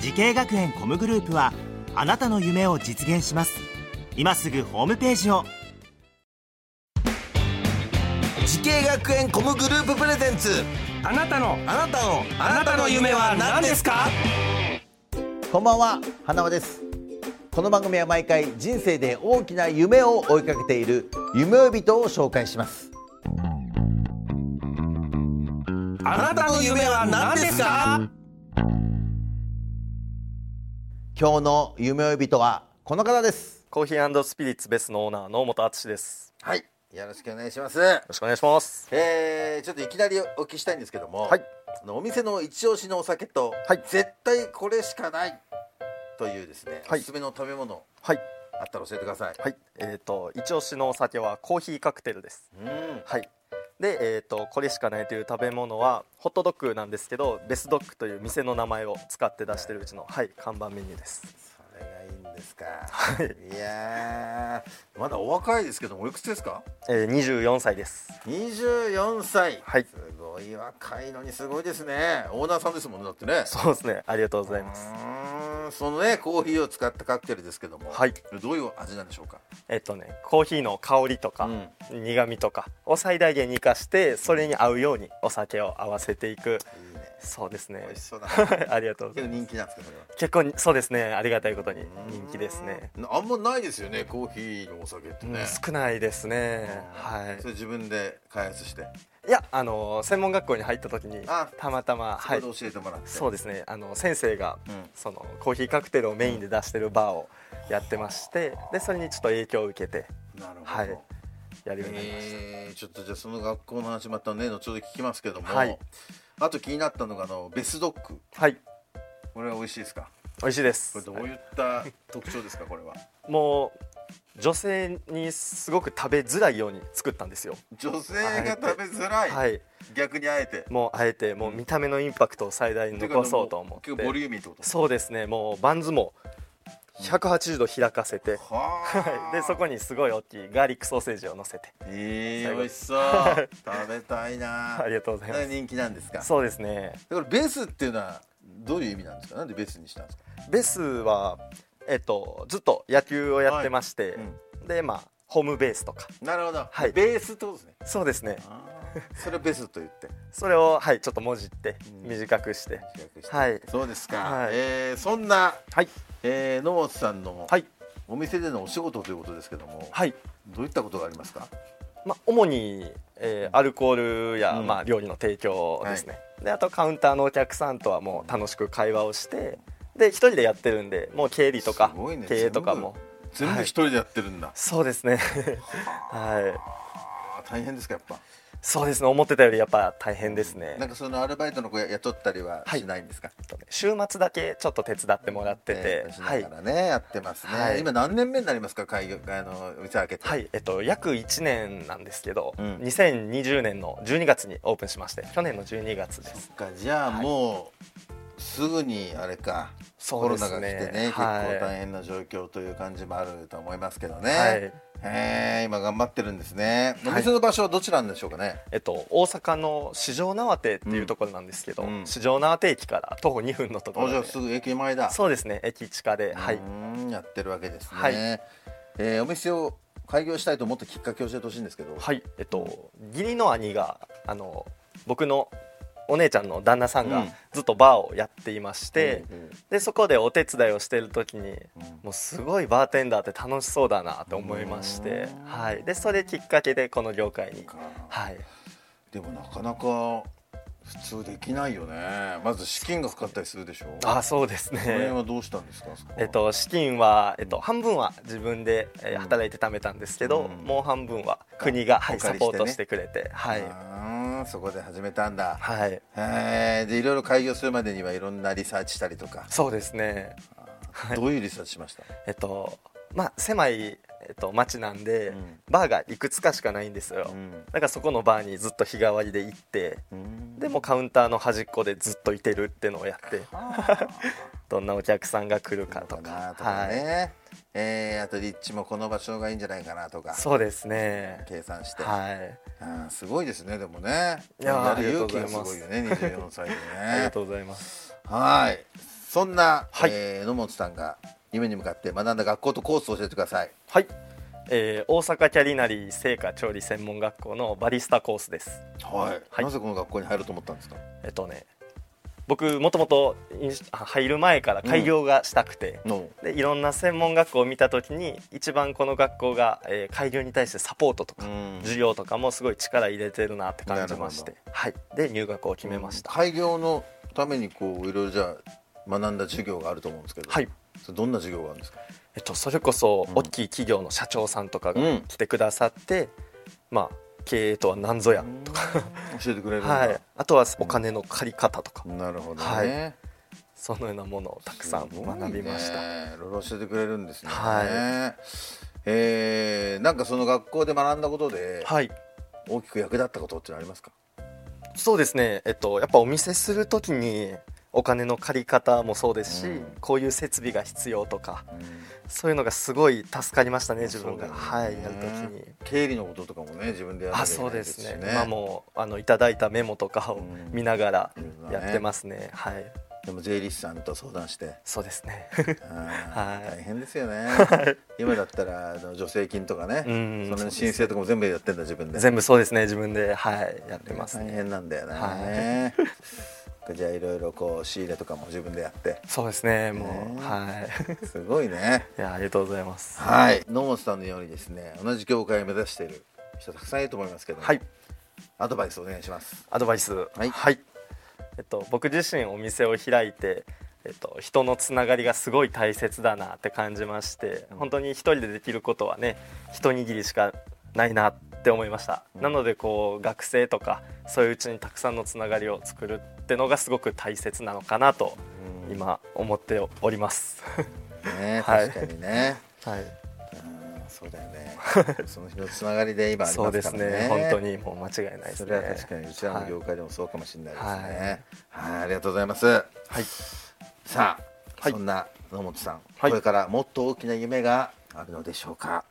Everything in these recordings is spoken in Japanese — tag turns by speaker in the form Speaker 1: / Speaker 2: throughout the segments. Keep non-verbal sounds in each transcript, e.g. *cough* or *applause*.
Speaker 1: 時系学園コムグループはあなたの夢を実現します今すぐホームページを
Speaker 2: 時系学園コムグループプレゼンツ
Speaker 3: あなたの
Speaker 2: あなたの
Speaker 3: あなたの夢は何ですか
Speaker 4: こんばんは花輪ですこの番組は毎回人生で大きな夢を追いかけている夢追い人を紹介します
Speaker 3: あなたの夢は何ですか
Speaker 4: 今日の夢追い人はこの方です
Speaker 5: コーヒースピリッツベースのオーナーの本敦です。よ
Speaker 4: はいよろしくお願いします
Speaker 5: ろしくお願いします。
Speaker 4: えー、ちょっといきなりお聞きしたいんですけども、
Speaker 5: はい
Speaker 4: あのお店の一押しのお酒と、
Speaker 5: はい
Speaker 4: 絶対これしかないというですね、
Speaker 5: はい
Speaker 4: おすすめの食べ物
Speaker 5: はい。
Speaker 4: あったら教えてください、
Speaker 5: はい。えっ、と、一押しのお酒はコーヒーカクテルです。
Speaker 4: うん
Speaker 5: はい。で、えっ、と、これしかないという食べ物は、ホットドッグなんですけど、ベスドッグという店の名前を使って出してるうちの、はい、看板メニューです。
Speaker 4: それがいいんですか、い、やーまだお若いですけどもおいくつですか
Speaker 5: えー、24歳です。
Speaker 4: 24歳、
Speaker 5: はい
Speaker 4: すごい若いのにすごいですねオーナーさんですもんねだってね
Speaker 5: そうですね。ありがとうございます。
Speaker 4: うーんそのねコーヒーを使ったカクテルですけども、
Speaker 5: はい。
Speaker 4: どういう味なんでしょうか
Speaker 5: えっ、とね、コーヒーの香りとか、苦味とかを最大限に生かして、それに合うようにお酒を合わせていく。
Speaker 4: いいね
Speaker 5: そうですね
Speaker 4: 美。味しそうだ
Speaker 5: *laughs* ありがとうございます。
Speaker 4: 結構人気なんですかそれは
Speaker 5: 結構そうですねありがたいことに人気ですね、
Speaker 4: うーんあんまないですよねコーヒーのお酒って
Speaker 5: うん
Speaker 4: ね、
Speaker 5: 少ないですねは
Speaker 4: それ自分で開発して
Speaker 5: いいやあの専門学校に入った時に
Speaker 4: あ
Speaker 5: たまたま
Speaker 4: そ
Speaker 5: は
Speaker 4: こ
Speaker 5: い
Speaker 4: で教えてもらって、
Speaker 5: そうですねあの先生が、
Speaker 4: うん
Speaker 5: そのコーヒーカクテルをメインで出してるバーをやってましてでそれにちょっと影響を受けて
Speaker 4: なるほど、
Speaker 5: はいやるようになりました、
Speaker 4: えーちょっとじゃあその学校の話またね後ほど聞きますけども、
Speaker 5: はい
Speaker 4: あと気になったのがあのベスドッグ
Speaker 5: はい
Speaker 4: これは美味しいですか
Speaker 5: 美味しいです
Speaker 4: これどういった特徴ですかこれは
Speaker 5: もう女性にすごく食べづらいように作ったんですよ
Speaker 4: 女性が食べづらい、
Speaker 5: はい
Speaker 4: 逆にあえて
Speaker 5: もうあえてもう見た目のインパクトを最大に残そうと思って
Speaker 4: ていうかもう結構ボリューミーってこと
Speaker 5: そうですねもうバンズも180度開かせて、
Speaker 4: は
Speaker 5: は
Speaker 4: あ
Speaker 5: い、でそこにすごい大きいガーリックソーセージを乗せて
Speaker 4: えー、
Speaker 5: 最後
Speaker 4: 美味しそう
Speaker 5: *laughs*
Speaker 4: 食べたいな
Speaker 5: ありがとうございま
Speaker 4: それ
Speaker 5: す
Speaker 4: 人気なんですかだか
Speaker 5: そうですね
Speaker 4: らベースっていうのはどういう意味なんですかなんでベースにしたんですか
Speaker 5: ベスは、えっと、ずっと野球をやってまして、でまあホームベースとか
Speaker 4: なるほど、
Speaker 5: はい
Speaker 4: ベースってことですね
Speaker 5: そうですね
Speaker 4: あーそれをベースと言って
Speaker 5: それを、はい、ちょっともじって
Speaker 4: うん
Speaker 5: 短くして、
Speaker 4: 略して
Speaker 5: はい
Speaker 4: そうですか、
Speaker 5: はい
Speaker 4: えーそんな、
Speaker 5: はい
Speaker 4: えー野本さんの
Speaker 5: はい
Speaker 4: お店でのお仕事ということですけども、
Speaker 5: はい、
Speaker 4: どういったことがありますか
Speaker 5: まあ、主に、えーアルコールや、
Speaker 4: うん
Speaker 5: まあ、料理の提供ですね、であとカウンターのお客さんとはもう楽しく会話をしてで一人でやってるんでもう経理とか
Speaker 4: す、ごいね
Speaker 5: 経営とかも
Speaker 4: 全部
Speaker 5: はい
Speaker 4: 一人でやってるんだ、
Speaker 5: そうですねはい
Speaker 4: あー大変ですかやっぱ
Speaker 5: そうですね思ってたよりやっぱ大変ですね
Speaker 4: なんかそのアルバイトの子や雇ったりはしないんですか、
Speaker 5: 週末だけちょっと手伝ってもらってて
Speaker 4: えーし
Speaker 5: は
Speaker 4: ないが、らね、やってますね、
Speaker 5: はい
Speaker 4: 今何年目になりますか開業あのお店開けて、
Speaker 5: はいえっと、約1年なんですけど、
Speaker 4: うん
Speaker 5: 2020年の12月にオープンしまして去年の12月です
Speaker 4: そっかじゃあもうすぐにあれか、
Speaker 5: そ
Speaker 4: コ
Speaker 5: う
Speaker 4: ロ
Speaker 5: で
Speaker 4: ナ
Speaker 5: す
Speaker 4: が来てね、結構大変な状況という感じもあると思いますけどね、
Speaker 5: はい、はい
Speaker 4: へー今頑張ってるんですね、
Speaker 5: はい
Speaker 4: お店の場所はどちらなんでしょうかね
Speaker 5: えっと、大阪の四条縄手っていうところなんですけど、
Speaker 4: うんうん
Speaker 5: 四条縄手駅から徒歩2分のとこ
Speaker 4: あ
Speaker 5: ろ
Speaker 4: じ
Speaker 5: で
Speaker 4: ゃあすぐ駅前だ
Speaker 5: そうですね駅地下で、は
Speaker 4: う
Speaker 5: い、
Speaker 4: ーんやってるわけですね、
Speaker 5: はい
Speaker 4: えーお店を開業したいと思ったきっかけを教えてほしいんですけど、
Speaker 5: はいえっと、義理の兄があの僕のお姉ちゃんの旦那さん
Speaker 4: う
Speaker 5: が
Speaker 4: ん
Speaker 5: ずっとバーをやっていまして、
Speaker 4: うんうん
Speaker 5: でそこでお手伝いをしている時に
Speaker 4: うん
Speaker 5: もうすごいバーテンダーって楽しそうだなと思いまして、はい、でそれきっかけでこの業界に、はい、
Speaker 4: でもなかなか普通できないよねまず資金がかかったりするでしょ
Speaker 5: あそうです
Speaker 4: これ
Speaker 5: ね。
Speaker 4: はどうしたんですかそこは
Speaker 5: えっと、資金は、えっと、半分は自分で、えー働いて貯めたんですけど、
Speaker 4: うん
Speaker 5: もう半分は国が、はい、
Speaker 4: お
Speaker 5: サ
Speaker 4: 借りしてね
Speaker 5: ポートしてくれて、はい、
Speaker 4: うーんんそこで始めたんだ
Speaker 5: はい
Speaker 4: へえでいろいろ開業するまでにはいろんなリサーチしたりとか、
Speaker 5: そうですねはい
Speaker 4: どういうリサーチしました
Speaker 5: えっとまあ狭い、えっと、町なんで、
Speaker 4: ん
Speaker 5: バーがいくつかしかないんですよ、
Speaker 4: ん
Speaker 5: だからそこのバーにずっと日替わりで行って
Speaker 4: うん
Speaker 5: でもうカウンターの端っこでずっといてるってのをやって *laughs* どんなお客さんが来るかと
Speaker 4: かな
Speaker 5: か
Speaker 4: とか
Speaker 5: はい、
Speaker 4: ね、えーあと立地もこの場所がいいんじゃないかなとか
Speaker 5: そうですね
Speaker 4: 計算して、
Speaker 5: はい
Speaker 4: うんすごいですねでもね
Speaker 5: いやー
Speaker 4: やる勇気が
Speaker 5: *laughs* あり
Speaker 4: す
Speaker 5: がとうご
Speaker 4: ご
Speaker 5: ざ
Speaker 4: い
Speaker 5: います
Speaker 4: よね24歳で
Speaker 5: ありが
Speaker 4: ね
Speaker 5: とうございます
Speaker 4: はいそんな、
Speaker 5: はい
Speaker 4: えー野本さんが夢に向かって学んだ学校とコースを教えてください
Speaker 5: はい、えー大阪キャリナリー製菓調理専門学校のバリスタコースです
Speaker 4: はい、
Speaker 5: はい
Speaker 4: なぜこの学校に入ろうと思ったんですか
Speaker 5: えっとね僕もともと飲酒あ入る前から開業がしたくて、
Speaker 4: の
Speaker 5: でいろんな専門学校を見た時に一番この学校が、えー開業に対してサポートとか、
Speaker 4: うん
Speaker 5: 授業とかもすごい力入れてるなって感じまして
Speaker 4: な、
Speaker 5: はい、で入学を決めました、
Speaker 4: 開業のためにこういろいろじゃあ学んだ授業があると思うんですけど、
Speaker 5: はい、
Speaker 4: それどんな授業があるんですか
Speaker 5: えっと、それこそ
Speaker 4: うん
Speaker 5: 大きい企業の社長さんとかが
Speaker 4: うん
Speaker 5: 来てくださって、まあ経営とは何ぞやとか、
Speaker 4: 教えてくれるんだ、
Speaker 5: はい、あとはお金の借り方とか、
Speaker 4: なるほどね、
Speaker 5: はいそのようなものをたくさん学びました、
Speaker 4: たいろいろ教えてくれるんですね、
Speaker 5: は
Speaker 4: えーなんかその学校で学んだことで
Speaker 5: はい
Speaker 4: 大きく役立ったことってのありますか、
Speaker 5: そうですね、えっと、やっぱお見せするときにお金の借り方もそうですし、
Speaker 4: うん
Speaker 5: こういう設備が必要とかそういうのがすごい助かりましたね自分が、はいやるときに。
Speaker 4: 経理のこととかもね自分でやら
Speaker 5: あ
Speaker 4: なきゃいけ
Speaker 5: そ
Speaker 4: な
Speaker 5: う
Speaker 4: いで
Speaker 5: ですす
Speaker 4: しね
Speaker 5: ね今もうあのいただいたメモとかを
Speaker 4: うん
Speaker 5: 見ながら
Speaker 4: うん
Speaker 5: やってますね、はい
Speaker 4: でも税理士さんと相談して
Speaker 5: そうですね *laughs*
Speaker 4: あー
Speaker 5: はい
Speaker 4: 大変ですよね今だったらあの助成金とかねそ
Speaker 5: うん
Speaker 4: の申請とかも全部やってんだ自分で
Speaker 5: 全部そうですね自分ではいやってます
Speaker 4: 大
Speaker 5: ね
Speaker 4: 変なんだよね、
Speaker 5: は
Speaker 4: *laughs* じゃあいろいろこう仕入れとかも自分でやって
Speaker 5: そうですねもう、
Speaker 4: ね
Speaker 5: はい
Speaker 4: すごいね
Speaker 5: いやありがとうございます
Speaker 4: はい野本さんのようにですね同じ業界を目指している人たくさんいると思いますけども
Speaker 5: はい
Speaker 4: アドバイスお願いします
Speaker 5: アドバイスはいえっと、僕自身お店を開いて、えっと、人のつながりがすごい大切だなって感じまして本当に一人でできることはね一握りしかないなって思いました、なのでこう学生とかそういううちにたくさんのつながりを作るってのがすごく大切なのかなと今思っており
Speaker 4: *laughs*
Speaker 5: ます、
Speaker 4: ね
Speaker 5: はい
Speaker 4: 確かにね、
Speaker 5: はい、
Speaker 4: うんそうだよね *laughs* その人のつながりで今あ
Speaker 5: *laughs*
Speaker 4: り
Speaker 5: そう
Speaker 4: ま
Speaker 5: ですす
Speaker 4: から
Speaker 5: ね
Speaker 4: ね
Speaker 5: 本当にもう間違いないですね
Speaker 4: それは確かにうちらの業
Speaker 5: はい
Speaker 4: 界でもそうかもしれないです
Speaker 5: はい
Speaker 4: ねはい、ありがとうございますはいさあ、
Speaker 5: はい
Speaker 4: そんな野本さん、
Speaker 5: はい
Speaker 4: これからもっと大きな夢があるのでしょうか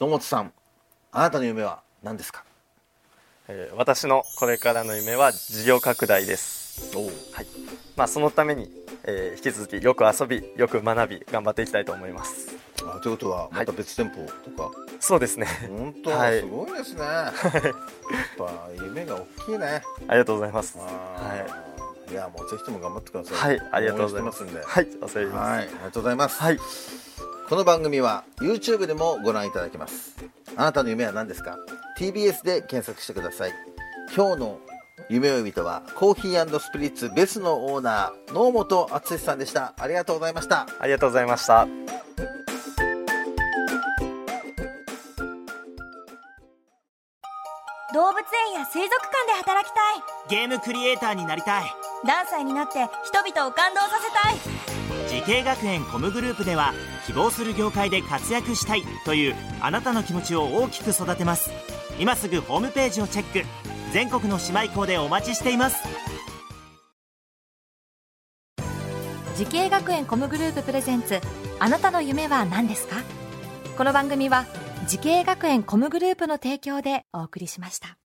Speaker 4: 野本さんあなたの夢は何ですか
Speaker 5: えー私のこれからの夢は事業拡大ですはいまあ、そのために、えー引き続きよく遊びよく学び頑張っていきたいと思います
Speaker 4: あということはまた別店舗とか、
Speaker 5: そうですね *laughs*
Speaker 4: 本当、
Speaker 5: はい
Speaker 4: すごい
Speaker 5: *laughs*
Speaker 4: ですね、やっぱ夢が大きいね
Speaker 5: ありがとうございますはい
Speaker 4: はいいやもうぜひとも頑張ってくださ
Speaker 5: はいいありがとうございます
Speaker 4: 応援してます
Speaker 5: はいお世話に
Speaker 4: ん
Speaker 5: な
Speaker 4: で、
Speaker 5: ります
Speaker 4: はい、ありがとうございます、
Speaker 5: はい
Speaker 4: この番組は YouTube でもご覧いただけますあなたの夢は何ですか TBS で検索してください今日の夢追い人はコーヒースピリッツベスのオーナー能本敦さんでしたありがとうございました
Speaker 5: ありがとうございました
Speaker 6: 動物園や水族館で働きたい
Speaker 1: ゲームクリエイターになりたい
Speaker 6: 何歳になって人々を感動させたい
Speaker 1: 時系学園コムグループでは希望する業界で活躍したいというあなたの気持ちを大きく育てます今すぐホームページをチェック全国の姉妹校でお待ちしています
Speaker 7: 時系学園コムグループプレゼンツあなたの夢は何ですかこの番組は時系学園コムグループの提供でお送りしました